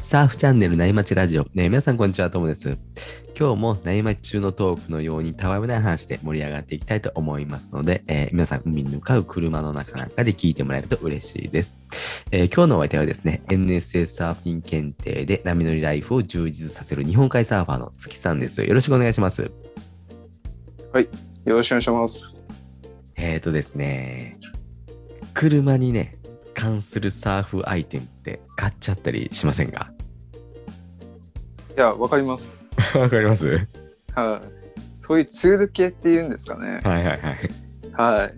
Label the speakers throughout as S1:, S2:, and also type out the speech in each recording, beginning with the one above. S1: サーフチャンネルなりまちラジオ。ねえ、皆さんこんにちは、ともです。今日もなりまち中のトークのようにたわいもない話で盛り上がっていきたいと思いますので、えー皆さん海に向かう車の中なんかで聞いてもらえると嬉しいです。えー今日のお相手はですね、NSA サーフィン検定で波乗りライフを充実させる日本海サーファーの月さんです。よろしくお願いします。
S2: よろしくお願いします。
S1: えーとですね、車にね、関するサーフアイテムって買っちゃったりしませんか
S2: いや、わかります。
S1: わかりますはい
S2: はい。そういうツール系っていうんですかね。
S1: はいはい。
S2: はい。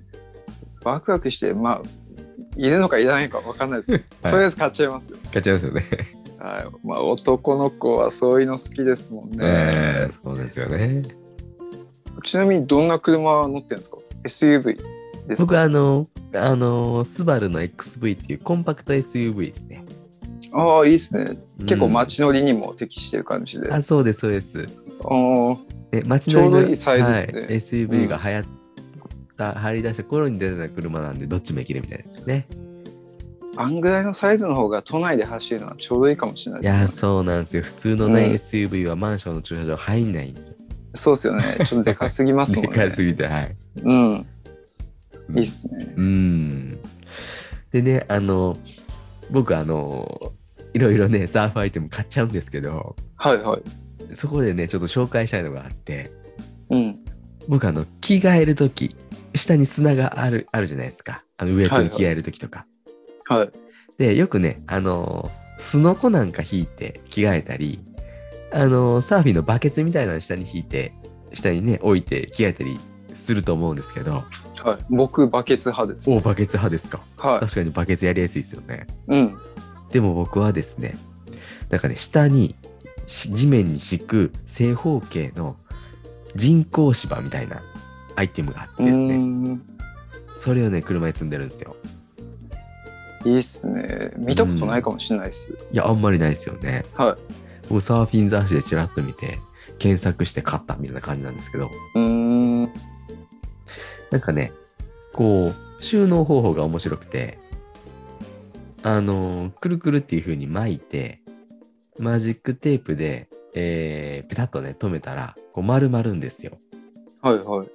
S2: ワクワクして、まあ、いるのかいらないのかわかんないで すけど、とりあえず買っちゃいますよ。
S1: 買っちゃいますよね。
S2: はい。まあ、男の子はそういうの好きですもんね。
S1: そうですよね。
S2: ちなみに、どんな車乗ってるんですか ?SUV です
S1: 僕
S2: か
S1: あの、あの、スバルの XV っていうコンパクト SUV ですね。
S2: ああ、いいですね。結構
S1: うん
S2: 街乗りにも適してる感じで。あ
S1: あ、そうです、そうです。
S2: ー
S1: え、街
S2: ちょうど
S1: 乗りの
S2: いいサイズですね
S1: はい、SUV が流行った、流行り出した頃に出てた車なんで、どっちもいけるみたいですね。
S2: あんぐらいのサイズの方が都内で走るのはちょうどいいかもしれない
S1: い
S2: ですよ
S1: や、
S2: ね、
S1: そうなんですよ。普通のね、
S2: うん
S1: SUV はマンションの駐車場入んないんですよ。
S2: そうですよね。ちょっとでかすぎますもん
S1: で
S2: ね。
S1: かすぎて、はい。
S2: うん。いいっすね。
S1: うん。でね、あの、僕、あの、いろいろね、サーフアイテム買っちゃうんですけど、
S2: はいはい。
S1: そこでね、ちょっと紹介したいのがあって、
S2: うん。
S1: 僕、あの、着替えるとき、下に砂がある、あるじゃないですか。あの、ウェットに着替えるときとか。
S2: はい。
S1: で、よくね、あの、すのこなんか引いて着替えたり、あの、サーフィンのバケツみたいなの下に引いて、下にね、置いて着替えたりすると思うんですけど、
S2: はい。僕、バケツ派です。
S1: おバケツ派ですか。
S2: は
S1: 確かにバケツやりやすいですよね。
S2: い。うん。
S1: でも僕はですね、なんかね、下に、し地面に敷く正方形の人工芝みたいなアイテムがあってです
S2: うー
S1: ね、
S2: ん
S1: それをね、車に積んでるんですよ。
S2: いいっすね。見たことないかもしれないっす。
S1: いや、あんまりないですよね。
S2: は
S1: 僕、サーフィン雑誌でちらっと見て、検索して買ったみたいな感じなんですけど、
S2: い。うーん。
S1: なんかね、こう、収納方法が面白くて、あのーくるくるっていう風に巻いて、マジックテープで、えー、ペタッとね、止めたら、こう丸まるんですよ。
S2: はいはい。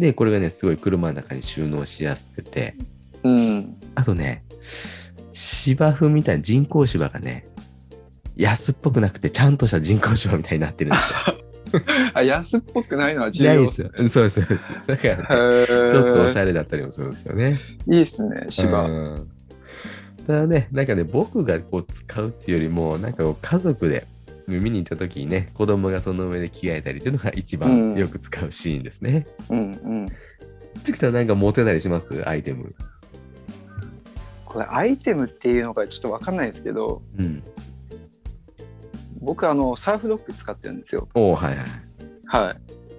S1: で、これがね、すごい車の中に収納しやすくて、
S2: うん。
S1: あとね、芝生みたいな人工芝がね、安っぽくなくて、ちゃんとした人工芝みたいになってるんですよ。
S2: あ、安っぽくないのは 重
S1: ない
S2: 要
S1: で
S2: っ
S1: す
S2: す。
S1: よ。うんそうです、そうです。だからね、
S2: へー
S1: ちょっとおしゃれだったりもするんですよね。
S2: いいっすね、芝。
S1: うんただね、なんかね、僕がこう使うっていうよりも、なんかこう家族で見に行った時にね、子供がその上で着替えたりっていうのが一番
S2: うん
S1: よく使うシーンですね。
S2: うんうん。
S1: つ、き、さんなんか持ってたりしますアイテム。
S2: これ、アイテムっていうのがちょっとわかんないですけど、
S1: うん。
S2: 僕、あの、サーフドッグ使ってるんですよ。
S1: おおはいはい。
S2: は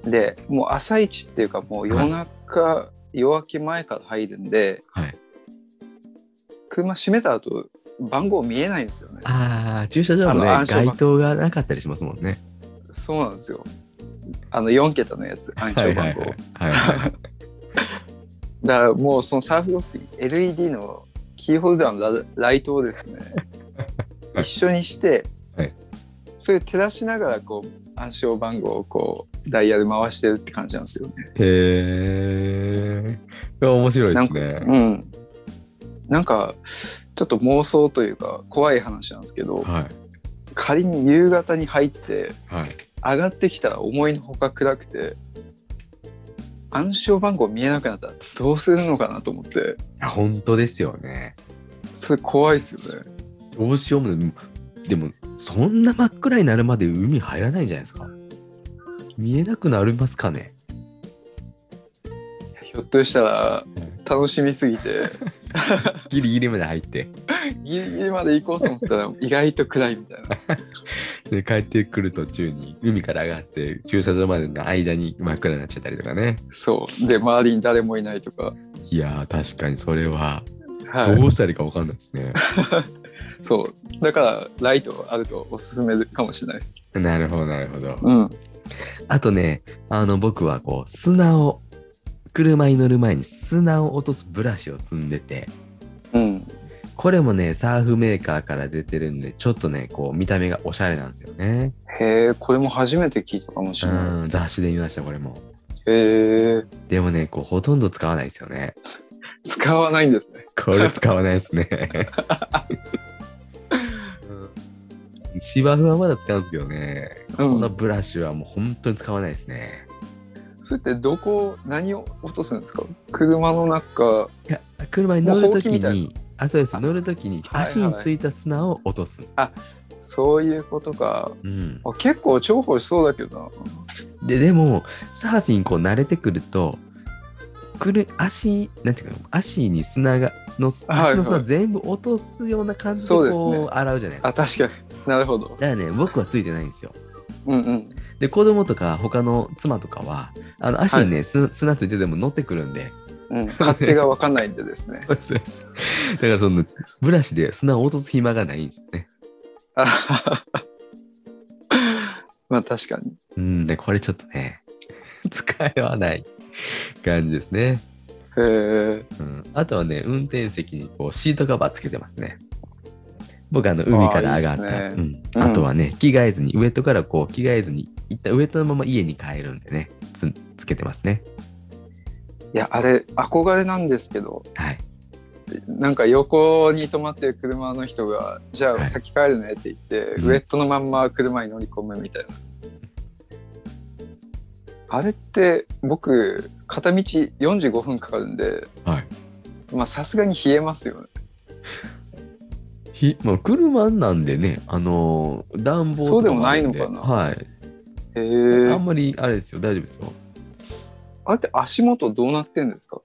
S2: い。で、もう朝一っていうか、もう夜中、夜明け前から入るんで、
S1: はい
S2: 車閉めた後、番号見えないんですよね。
S1: ああ、駐車場もね、
S2: あの暗証番
S1: 街灯がなかったりしますもんね。
S2: そうなんですよ。あの4桁のやつ、暗証番号。
S1: はいはいはい。
S2: だからもうそのサーフドッグに LED のキーホルダーのラライトをですね、一緒にして、
S1: はい
S2: それ照らしながらこう暗証番号をこうダイヤル回してるって感じなんですよね。
S1: へえ。面白いですね。
S2: うん。なんかちょっと妄想というか怖い話なんですけど、
S1: はい。
S2: 仮に夕方に入って
S1: はい。
S2: 上がってきたら思いのほか暗くて暗証番号見えなくなったらどうするのかなと思って
S1: いや、本当ですよね。
S2: それ怖いですよね
S1: どうしようもない。でも、そんな真っ暗になるまで海入らないんじゃないですか。見えなくなりますかね。
S2: ひょっとしたら楽しみすぎて
S1: ギリギリまで入って、
S2: ギリギリまで行こうと思ったら意外と暗いみたいな
S1: で帰ってくる途中に、海から上がって、駐車場までの間に真っ暗になっちゃったりとかね。
S2: そうで周りに誰もいないとか、
S1: いやー、確かにそれは、
S2: は
S1: どうしたらいいか分かんないですね。
S2: い、そうだからライトあるとおすすめかもしれないです
S1: なるほど、なるほど。
S2: うん
S1: あとね、あの、僕はこう、砂を、車に乗る前に砂を落とすブラシを積んでて、
S2: うん
S1: これもね、サーフメーカーから出てるんで、ちょっとね、こう、見た目がおしゃれなんですよね。
S2: へえ、これも初めて聞いたかもし
S1: う
S2: れない。
S1: ん、雑誌で見ました、これも。
S2: へえ、
S1: でもね、こう、ほとんど使わないですよね。
S2: 使わないんですね。
S1: これ使わないです ね。芝生はまだ使うんですけどね、
S2: う
S1: この
S2: ん。
S1: ブラシはもう本当に使わないですね。
S2: それってどこ、何を落とすんですか車の中。
S1: いや車に乗るとき
S2: もうほうきみたい
S1: に、あ、そうです、乗るときに
S2: はいはい
S1: 足についた砂を落とす。
S2: そういうことか。
S1: うん、
S2: あ結構重宝しそうだけど
S1: で、でも、サーフィンこう慣れてくると、くる足、なんていうか、足に砂が、の足
S2: はい
S1: の砂全部落とすような感じで
S2: そうです
S1: こ
S2: ね
S1: う洗うじゃないです
S2: な。
S1: か。
S2: あ、確かに。なるほど。
S1: だからね、僕はついてないんですよ。
S2: うんうん。
S1: で子供とか他の妻とかはあの足にね、す砂ついてても乗ってくるんで
S2: うん、勝手が分かんないんでですね。
S1: だからそのブラシで砂を落とす暇がないんですよね。
S2: あははまあ確かに。
S1: うんでこれちょっとね 使わない感じですね。
S2: へえ。
S1: うん、あとはね運転席にこうシートカバーつけてますね。僕あの海から上がった
S2: あーいいっす
S1: うん
S2: うん
S1: あとはね着替えずにウエットからこう着替えずに一旦ウエットのまま家に帰るんでねつつけてますね。
S2: いや、あれ、憧れなんですけど、
S1: はい、
S2: なんか横に止まってる車の人が、じゃ
S1: は
S2: あ
S1: い
S2: 先帰るねって言って、
S1: うん
S2: ウエットのまんま車に乗り込むみたいな。あれって、僕、片道45分かかるんで、
S1: はい
S2: まあさすがに冷えますよね。
S1: ひまあ、車なんでね、あのー暖房とか
S2: そうでもないの
S1: あるんで
S2: かな
S1: はい。
S2: へ
S1: あ
S2: え
S1: ん。まりあれですよ、大丈夫ですよ。
S2: あれって足元どうなってんですか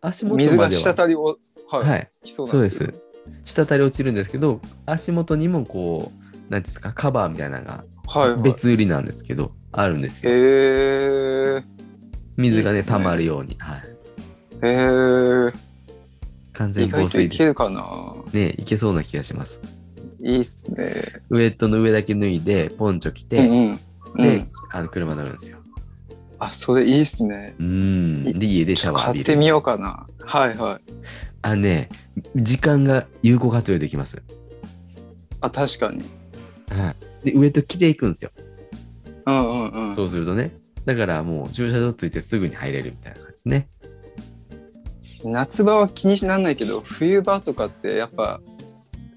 S1: 足元までは
S2: 水が滴りを、はい
S1: はい、
S2: 来そうな
S1: そ
S2: ん
S1: う
S2: で
S1: です
S2: けど
S1: す。滴り落ちるんですけど、足元にもこう、なんていうんですか、カバーみたいなのが
S2: はい、はい。
S1: 別売りなんですけど、あるんです
S2: へ
S1: よ。
S2: え。
S1: 水が
S2: いい
S1: ね、
S2: っすね
S1: 溜まるように。はい、
S2: へえ。
S1: 完全
S2: 意
S1: 防
S2: 外と
S1: 水
S2: いけ
S1: で。
S2: るかな。
S1: ね、いけそうな気がします。
S2: いいっすね。
S1: ウエットの上だけ脱いで、ポンチョ着
S2: うん
S1: て、
S2: うん。う
S1: で
S2: ん、、
S1: あの車乗るんですよ。
S2: あ、それいいっすね。
S1: うん。で、家でシ
S2: ち
S1: ャ
S2: ょっ
S1: ワー浴
S2: と買
S1: び
S2: って
S1: る。
S2: みようかな。はいはい。
S1: あのね、時間が有効活用できます。
S2: あ、確かに。
S1: はい、で上と着ていくんですよ
S2: うんうんうん。
S1: そうするとねだからもう駐車場ついてすぐに入れるみたいな感じですね
S2: 夏場は気にならないけど、冬場とかってやっぱ、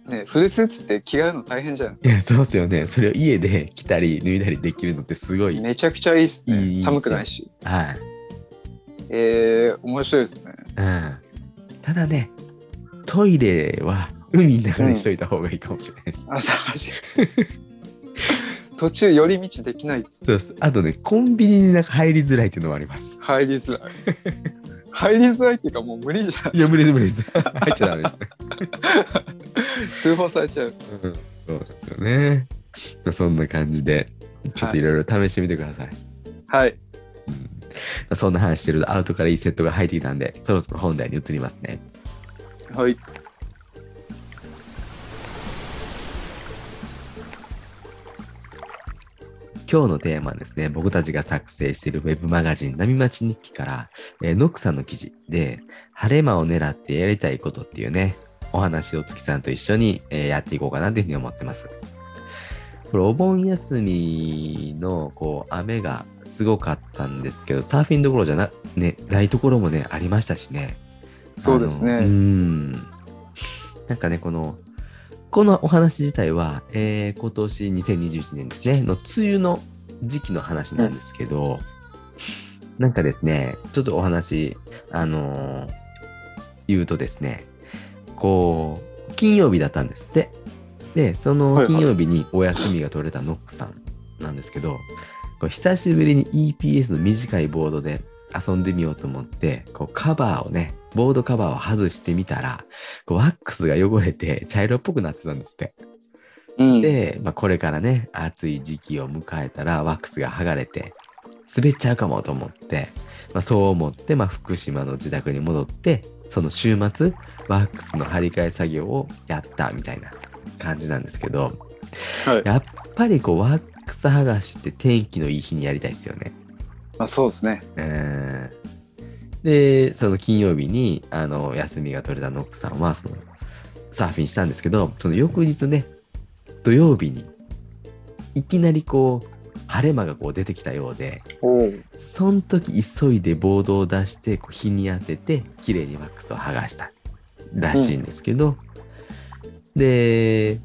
S2: ね、フルスーツって着替えるの大変じゃないです
S1: い
S2: か。
S1: やそうですよねそれを家で着たり脱いだりできるのってすごい、
S2: めちゃくちゃいいっすね。
S1: いいいいっすよ
S2: 寒くないし。
S1: はい
S2: えー、面白いですね。
S1: うん、ただねトイレは海の中にしといた方がいいかもしれないです、
S2: あ、確かに。 途中寄り道できない
S1: そうですあとねコンビニになんか入りづらいっていうのもあります
S2: 入りづ らい入りづらいっていうかもう無理じゃん
S1: いや無理です無理です入っちゃダメです、
S2: 通報されちゃう
S1: うん、そうなんですよねそんな感じでちょっといろいろ試してみてください
S2: はい
S1: うんそんな話してるとアウトからいいセットが入ってきたんで、そろそろ本題に移りますね。
S2: はい
S1: 今日のテーマはですね、僕たちが作成しているウェブマガジン、波町日記から、えーノックさんの記事で、晴れ間を狙ってやりたいことっていうね、お話を月さんと一緒に、えーやっていこうかなというふうに思ってます。これ、お盆休みの、こう、雨がすごかったんですけど、サーフィンどころじゃな、ね、ないところもね、ありましたしね。
S2: そうですね
S1: あのうん。なんかね、この、このお話自体は、えー今年2021年ですね、の梅雨の時期の話なんですけど、なんかですね、ちょっとお話、あのー言うとですね、こう、金曜日だったんですって。で、そ
S2: はい
S1: の
S2: はい
S1: 金曜日にお休みが取れたノックさんなんですけど、こう久しぶりに EPS の短いボードで遊んでみようと思って、こうカバーをね、ボードカバーを外してみたら、こうワックスが汚れて茶色っぽくなってたんですって。
S2: うん
S1: で、まあ、これからね、暑い時期を迎えたらワックスが剥がれて、滑っちゃうかもと思って、まあ、そう思って、まあ、福島の自宅に戻って、その週末、ワックスの張り替え作業をやったみたいな感じなんですけど、
S2: はい
S1: やっぱりこうワックス剥がして天気のいい日にやりたいですよね。
S2: まあそうですね
S1: うんで、その金曜日にあの休みが取れたノックさんは、そのサーフィンしたんですけど、その翌日ね、土曜日に、いきなりこう、晴れ間がこう出てきたようで、
S2: おう
S1: その時急いでボードを出してこう日に当てて綺麗にワックスを剥がしたらしいんですけど、で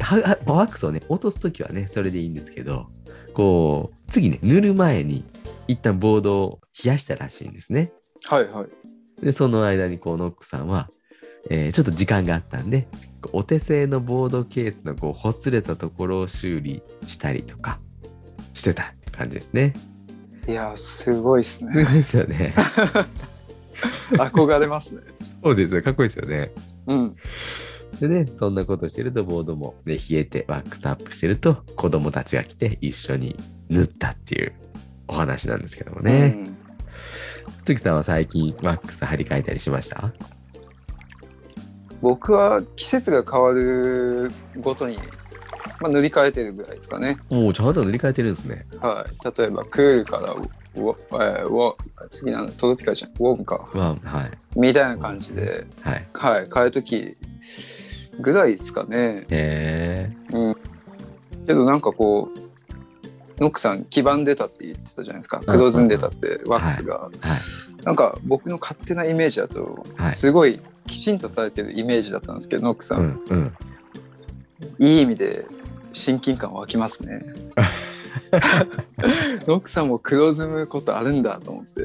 S1: ははワックスをね落とす時はねそれでいいんですけどこう次ね塗る前に一旦ボードを冷やしたらしいんですね
S2: はいはい。
S1: でその間にこうノックさんは、えーちょっと時間があったんでこうお手製のボードケースのこうほつれたところを修理したりとかしてたって感じですね。
S2: いやー、すごいっす
S1: す
S2: ね。
S1: ごいですよね。
S2: 憧れますね。
S1: そうですよ、かっこいいですよね。
S2: うん。
S1: でね、そんなことしてるとボードも、ね、冷えてワックスアップしてると子供たちが来て一緒に縫ったっていうお話なんですけどもね。
S2: うん
S1: 月さんは最近ワックス張り替えたりしました
S2: 僕は季節が変わるごとに、まあ、塗り替えてるぐらいですかね。
S1: おお、ちゃんと塗り替えてるんですね。
S2: はい。例えば、クールからウォ、えーウォ次なんだ、トロピカルじゃん、ウォンか。
S1: わはい。
S2: みたいな感じで、
S1: はい。へ
S2: はい、変えるときぐらいですかね。
S1: え。
S2: けどなんかこう、ノックさん、黄ばんでたって言ってたじゃないですか。
S1: ん
S2: 黒ずんでたって、ワックスが。
S1: はい。
S2: なんか僕の勝手なイメージだと、
S1: はい
S2: すごいきちんとされてるイメージだったんですけど、ノックさ、
S1: うんんうん。
S2: いい意味で親近感湧きます ね。ノックさんも黒ずむことあるんだと思って。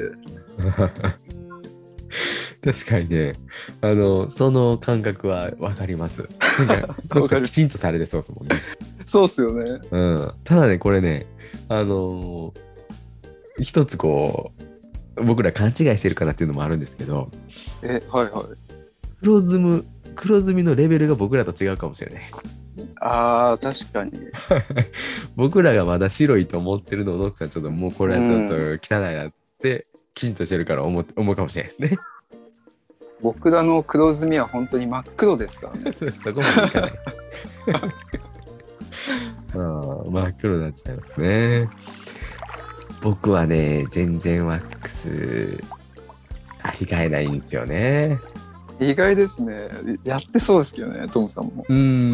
S1: 確かにね、あの、その感覚はわかります。
S2: わかる
S1: きちんとされてそうですもんね。
S2: そうっすよね。
S1: うん、ただねこれねあのー一つこう僕ら勘違いしてるかなっていうのもあるんですけど
S2: え、はいはい。
S1: 黒ずむ黒ずみのレベルが僕らと違うかもしれないです
S2: ああ、確かに。
S1: 僕らがまだ白いと思ってるのをノックさんちょっともうこれはちょっと汚いなって、きちんとしてるから思って思うかもしれないですね
S2: 僕らの黒ずみは本当に真っ黒ですから ね。
S1: そうそこまでい かないうん真っ黒になっちゃいますね僕はね全然ワックスありがえないんですよね
S2: 意外ですね。やってそうですけどね、トムさんも。
S1: うー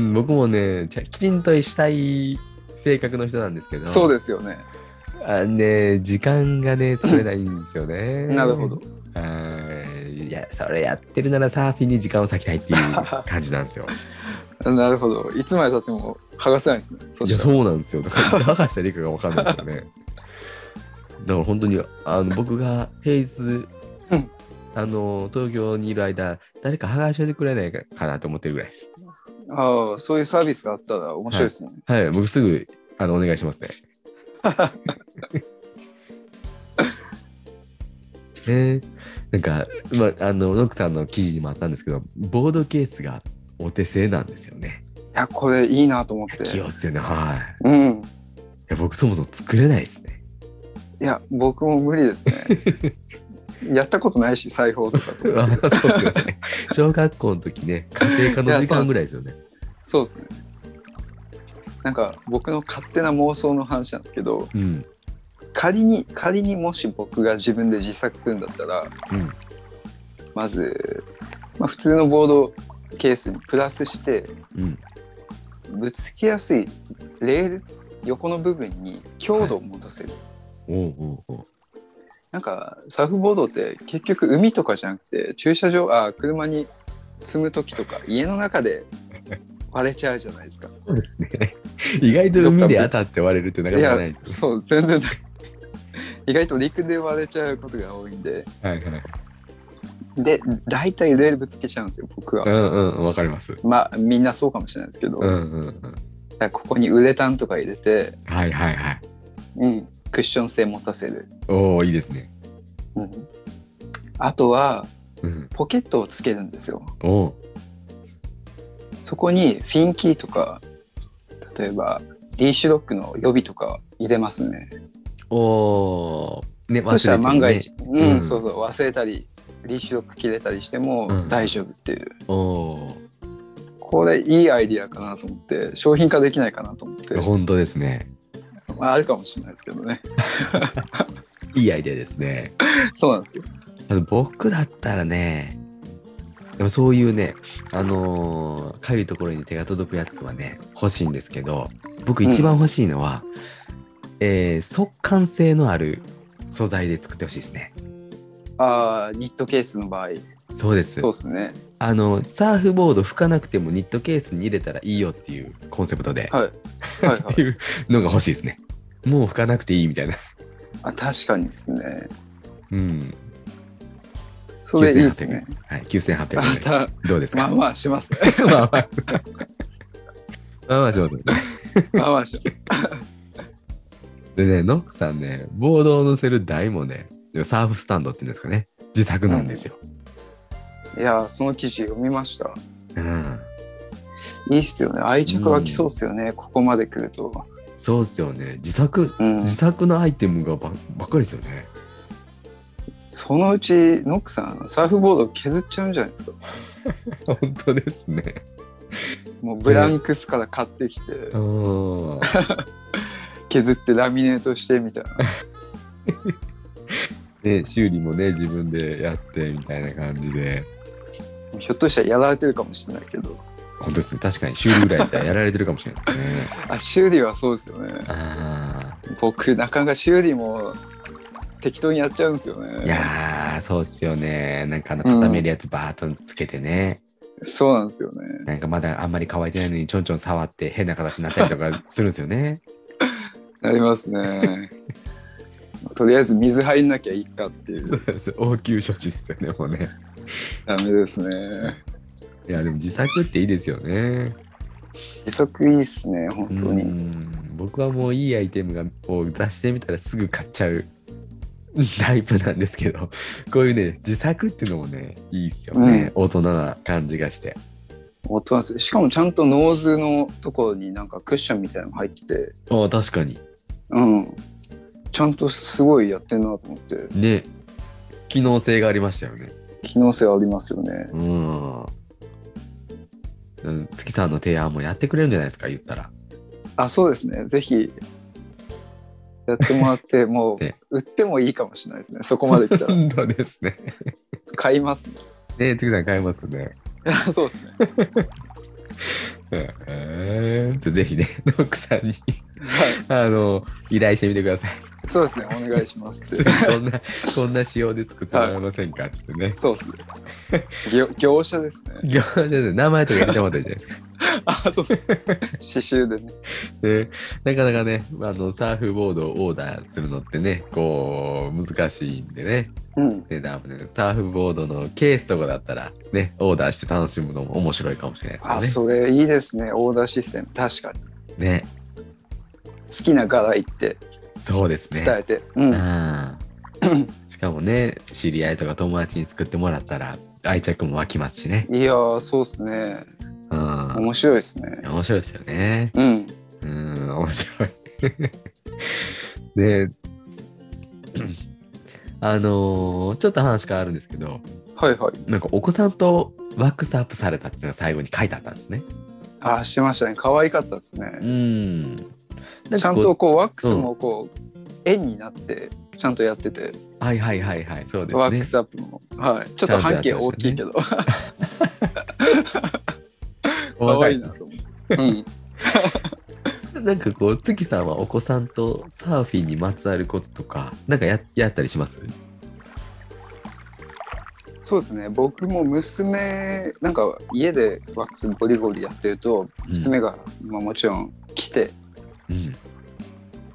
S1: ん、僕もね、ちゃきちんとしたい性格の人なんですけど、
S2: そうですよね。
S1: あね、時間がね、取れないんですよね。
S2: なるほど。
S1: あー。いや、それやってるならサーフィンに時間を割きたいっていう感じなんですよ。
S2: なるほど。いつまでたっても剥がせないですね。そ
S1: いや、
S2: した
S1: そ
S2: ら
S1: うなんですよ。だから、 どうした理由がわかんないですよね。だから本当に、あの、僕が平日
S2: うん、
S1: あの、東京にいる間、誰か剥がしてくれないかなと思ってるぐらいです。
S2: ああ、そういうサービスがあったら面白いですね。
S1: はい、僕すぐ、あの、お願いしますね。 ねなんか、まあ、あの、ノクさんの記事にもあったんですけど、ボードケースがお手製なんですよね。
S2: いや、これいいなと思って。
S1: 器用っすよね。はい。
S2: うん。
S1: い
S2: い
S1: や僕そもそも作れないですね。
S2: や、僕も無理ですね。 やったことないし、裁縫とかと。
S1: あそうですよね。小学校の時ね、家庭科の時間ぐらいですよね。
S2: そうですね。なんか僕の勝手な妄想の話なんですけど
S1: うん。
S2: 仮に仮にもし僕が自分で自作するんだったら
S1: うん。
S2: まず、まあ、普通のボードケースにプラスして
S1: うん。
S2: ぶつけやすいレール横の部分に強度を持たせる、
S1: おうおうおう。
S2: なんかサーフボードって結局海とかじゃなくて駐車場あ車に積む時とか家の中で割れちゃうじゃないですか。
S1: そうですね。 意外と海で当たって割れるってなか
S2: い
S1: なか
S2: や
S1: ないですよ。
S2: そう全然ない意外と陸で割れちゃうことが多いんで
S1: はいはい。
S2: で大体レールぶつけちゃうんですよ僕
S1: う
S2: は。
S1: んうん、わかります。
S2: まあみんなそうかもしれないですけど、
S1: う
S2: だか
S1: んうんうん。
S2: らここにウレタンとか入れて、
S1: はいはいはい。
S2: うん、クッション性持たせる、
S1: おおいいですね。
S2: うん、あとは
S1: うん。
S2: ポケットをつけるんですよ
S1: おう
S2: そこにフィンキーとか例えばリーシュロックの予備とか入れますね
S1: おーね、
S2: そしたら
S1: 忘れてるね
S2: 万が一、うん
S1: うん
S2: そうそう忘れたりリーシュロック切れたりして
S1: う
S2: も
S1: ん
S2: 大丈夫っていう、
S1: おー
S2: これいいアイディアかなと思って商品化できないかなと思って、
S1: 本当ですね。
S2: まあ、あるかもしれないですけどね
S1: いいアイデアですね。
S2: そうなんですよ
S1: あの僕だったらね、でもそういうね、あのー、かゆいところに手が届くやつはね、欲しいんですけど、僕一番欲しいのは、えー速乾性のある素材で作ってほしいですね。
S2: ああ、ニットケースの場合、
S1: そうです。
S2: そうですね。
S1: あの、サーフボード拭かなくてもニットケースに入れたらいいよっていうコンセプトで、
S2: はい。はい、は
S1: って
S2: い。
S1: いうのが欲しいですね。もう拭かなくていいみたいな。
S2: あ、確かにですね。
S1: うん。
S2: それいいですね。
S1: はい、9800
S2: あ
S1: 円。
S2: た、
S1: どうです
S2: まあ
S1: か
S2: まあしますね。
S1: まあまあ。まあまあします。
S2: まあまあします。
S1: でね、ノックさんね、ボードを乗せる台もね、サーフスタンドっていうんですかね、自作なんですよ。
S2: いやー、その記事読みました。
S1: うん。
S2: いいっすよね。愛着湧きそうっすよね。ここまで来ると。
S1: そうっすよね。自作、
S2: うん
S1: 自。作のアイテムがばばっかりですよね。
S2: そのうち、ノックさん、サーフボード削っちゃうんじゃないですか。
S1: 本当ですね。
S2: もうブランクスから買ってきて、
S1: うん。
S2: 削ってラミネートしてみたいな。
S1: で、修理もね、自分でやってみたいな感じで。
S2: ひょっとしたらやられてるかもしれないけど。
S1: 本当ですね。確かに修理ぐらいやったらやられてるかもしれないです ね。
S2: あ、修理はそうですよね。
S1: あ
S2: 僕、なかなか修理も適当にやっちゃうんですよ
S1: あ。
S2: ね。
S1: いやー、そうっすよね。なんかあの固めるやつバーッとつけてね。
S2: そうなんですよね。
S1: なんかまだあんまり乾いてないのにちょんちょん触って変な形になったりとかするんですよね。
S2: なりますね。 とりあえず水入んなきゃいいかっていう。
S1: 応急処置ですよね、もうね。
S2: ダメですね。
S1: いや、でも自作っていいですよね。
S2: 自足いいっすね、本当
S1: う
S2: に。
S1: ん。僕はもういいアイテムがを出してみたらすぐ買っちゃう タイプなんですけど、こういうね、自作っていうのもね、いいっすよね。大人な感じがして。
S2: 大人っすしかもちゃんとノーズのところになんかクッションみたいなのが入ってて、
S1: ああ、確かに。
S2: うん。ちゃんとすごいやってんなと思って、
S1: ね。機能性がありましたよね。
S2: 機能性ありますよね。
S1: うん。うん月さんの提案もやってくれるんじゃないですか、言ったら。
S2: あ、そうですね。ぜひ、やってもら って、も
S1: ね
S2: う、売ってもいいかもしれないですね。そこまで来 たら。
S1: 本当ですね。
S2: 買いますね。
S1: ね月さん買いますね。
S2: あそうですね。
S1: えー、ぜひね、 ノックさんに
S2: はい。
S1: あの依頼してみてくだ さい。
S2: そうですね、お願いしますって。
S1: こんな、こんな仕様で作ってもらえませんかってね。
S2: そうですね。業業者ですね。
S1: 業者で名前とか入れてもらったらいいじゃないです か。
S2: あ、そうですね。 刺繍でね。
S1: ね、なかなかねあの、サーフボードをオーダーするのってね、こう、難しいんでね、
S2: うん。
S1: 値段もね、サーフボードのケースとかだったら、ね、オーダーして楽しむのも面白いかもしれないですよね。
S2: あ、それいいですね。オーダーシステム。確かに。好
S1: ね、
S2: きな柄行って
S1: そうですね。
S2: 伝えて。うん。
S1: あ あしかもね知り合いとか友達に作ってもらったら愛着も湧きますしね、
S2: いやー、そうですね。
S1: うん、面
S2: 面白いですね。
S1: 白いですよね
S2: うん。
S1: うん面白い であのーちょっと話変わるんですけど
S2: はいはい。
S1: なんかお子さんとワックスアップされたっていうのが最後に書いてあったんですね
S2: あ、してましたね。可愛かったです
S1: う
S2: ね。
S1: んなん
S2: ちゃ
S1: か
S2: ん
S1: こう
S2: とこう、ワックスもこう、円になって、ちゃんとやってて、
S1: はいはいはいはいそうですね
S2: ワックスアップも。はい。ちょっと半径大きいけど、可愛いなと思って。うん。
S1: なんかこう、月さんはお子さんとサーフィンにまつわることとか、なんかややったりします
S2: そうですね僕も娘なんか家でワックスゴリゴリやってると娘が、まあ、もちろん来て、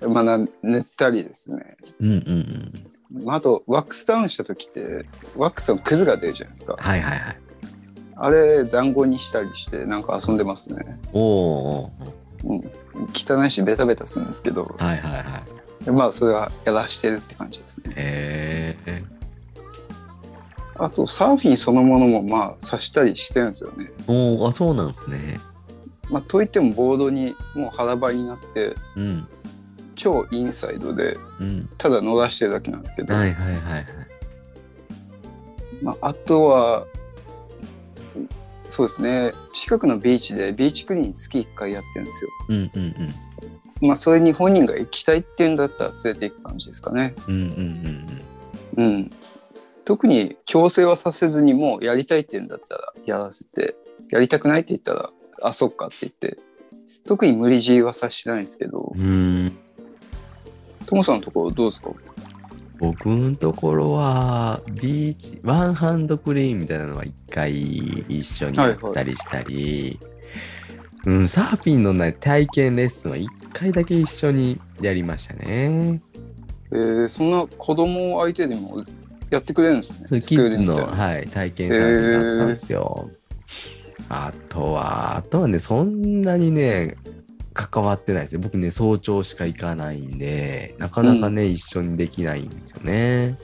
S1: うん。
S2: まあ、な塗ったりですね
S1: うんうんうん。
S2: まああとワックスダウンした時ってワックスのクズが出るじゃないですか
S1: はいはいはい。
S2: あれ団子にしたりしてなんか遊んでますね
S1: おーおーお
S2: 汚いしベタベタするんですけど
S1: ーはいはいはい。
S2: まあそれはやらしてるって感じですね
S1: へえ。
S2: あとサーフィンそのものもまあさしたりしてるんですよね
S1: おおあ、そうなんですね。
S2: まあといってもボードにもう腹ばいになって
S1: うん。
S2: 超インサイドで
S1: うん。
S2: ただ乗らしてるだけなんですけど、
S1: はいはいはいはい。
S2: まあ、あとはそうですね近くのビーチでビーチクリーン月1回やってるんですよ。
S1: うんうんうん。
S2: まあそれに本人が行きたいっていうんだったら連れて行く感じですかね。
S1: うんうんうんうん。
S2: うん。特に強制はさせずにもうやりたいって言うんだったらやらせてやりたくないって言ったらあそっかって言って特に無理強いはさしてないんですけど
S1: うん。
S2: トモさんのところどうですか
S1: 僕のところは、ビーチ、ワンハンドクリーンみたいなのは一回一緒にやったりしたり、うん、サーフィンのね体験レッスンは一回だけ一緒にやりましたね。
S2: えーそんな子供を相手でもやってくれるんです
S1: そうい
S2: ね
S1: う
S2: ス
S1: キ
S2: クー
S1: ッ
S2: ル
S1: ズ
S2: み
S1: の、
S2: たいな
S1: はい、体験サーフィンがあったんですよ。あとは、あとはね、そんなにね、関わってないですね。僕ね、早朝しか行かないんで、なかなかね、一緒にできないんですよね。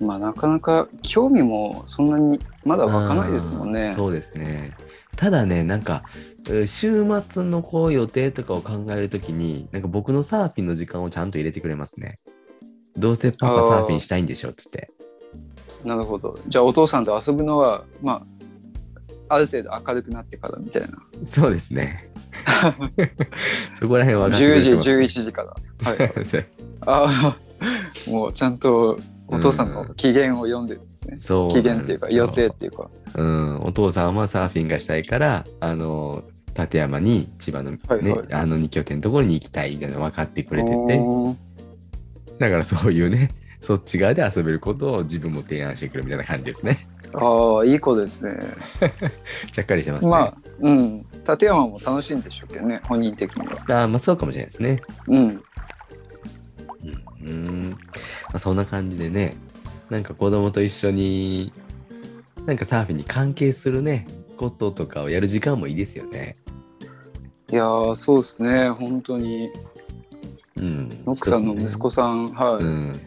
S2: まあなかなか興味もそんなにまだ湧かないですもん
S1: う
S2: ね
S1: そうですね。ただね、なんか、えー週末のこう予定とかを考えるときに、なんか僕のサーフィンの時間をちゃんと入れてくれますね。どうせパパサーフィンしたいんでしょっつって。
S2: なるほどじゃあお父さんと遊ぶのはまあある程度明るくなってからみたいな
S1: そうです ね。そこら辺は
S2: 10時11時から はい
S1: 時。
S2: ああもうちゃんとお父さんの機嫌を読んでるんですね。
S1: そう
S2: 機嫌っていうか予定っ
S1: う
S2: ていうか。
S1: うんお父さんはサーフィンがしたいからあの立山に千葉のね、
S2: はいはい
S1: あの二拠点のところに行きたいみたいなの分かってくれてて
S2: おー
S1: だからそういうね そっち側で遊べることを自分も提案してくるみたいな感じですね
S2: ああいい子ですね。
S1: ちゃっかりしてますね、
S2: まあうん立山も楽しいんでしょうけどね本人的には。
S1: あーまあそうかもしれないですね
S2: うん
S1: うんうん、まあ、そんな感じでねなんか子供と一緒になんかサーフィンに関係するねこととかをやる時間もいいですよね
S2: いやーそうですね本当に
S1: うん
S2: ノックさんの息子さん、はい、
S1: うん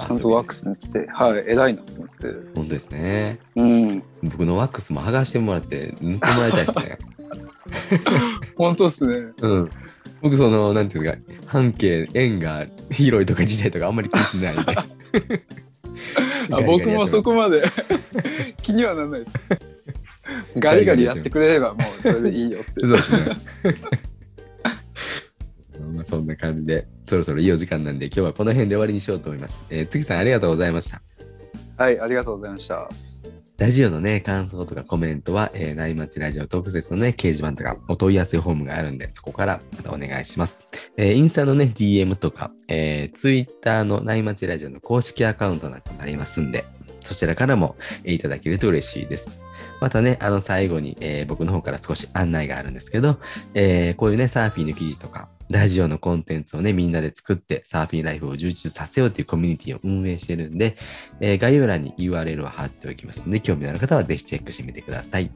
S2: ちゃんとワックスに来てはい偉いなと思って。
S1: 本当ですね。
S2: うん
S1: 僕のワックスも剥がしてもらって塗ってもらいたいです ね。
S2: 本当ですね。
S1: うん。僕その、なんていうか、半径、円が広いとか時代とかあんまり気にし ないんで。
S2: あ僕もそ
S1: こ。
S2: こまで 気にはな らないです。ガリガリやってくれればもうそれでいいよって
S1: そう。ですね。 まあそんな感じで、そろそろいいお時間なんで、今日はこの辺で終わりにしようと思います。えー、月さんありがとうございました。
S2: はいありがとうございました。
S1: ラジオのね、感想とかコメントは、えー、内町ラジオ特設のね、掲示板とか、お問い合わせフォームがあるんで、そこからまたお願いします。えーインスタのね、DM とか、えー、ツイッターの内町ラジオの公式アカウントなんかもありますんで、そちらからも、えーいただけると嬉しいです。またね、あの最後に、えー僕の方から少し案内があるんですけど、えーこういうね、サーフィンの記事とか、ラジオのコンテンツをね、みんなで作って、サーフィンライフを充実させようというコミュニティを運営してるんで、えー概要欄に URL を貼っておきますので、興味のある方はぜひチェックしてみてください。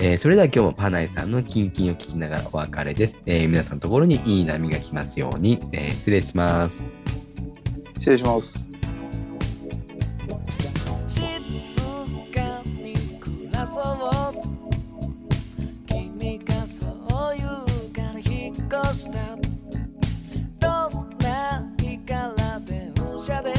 S1: えーそれでは今日もパナイさんのキンキンを聞きながらお別れです。えー皆さんのところにいい波が来ますように、えー失礼します。
S2: 失礼します。
S3: 静かに暮らそう君がそう言うから引っ越したどんな日から電車で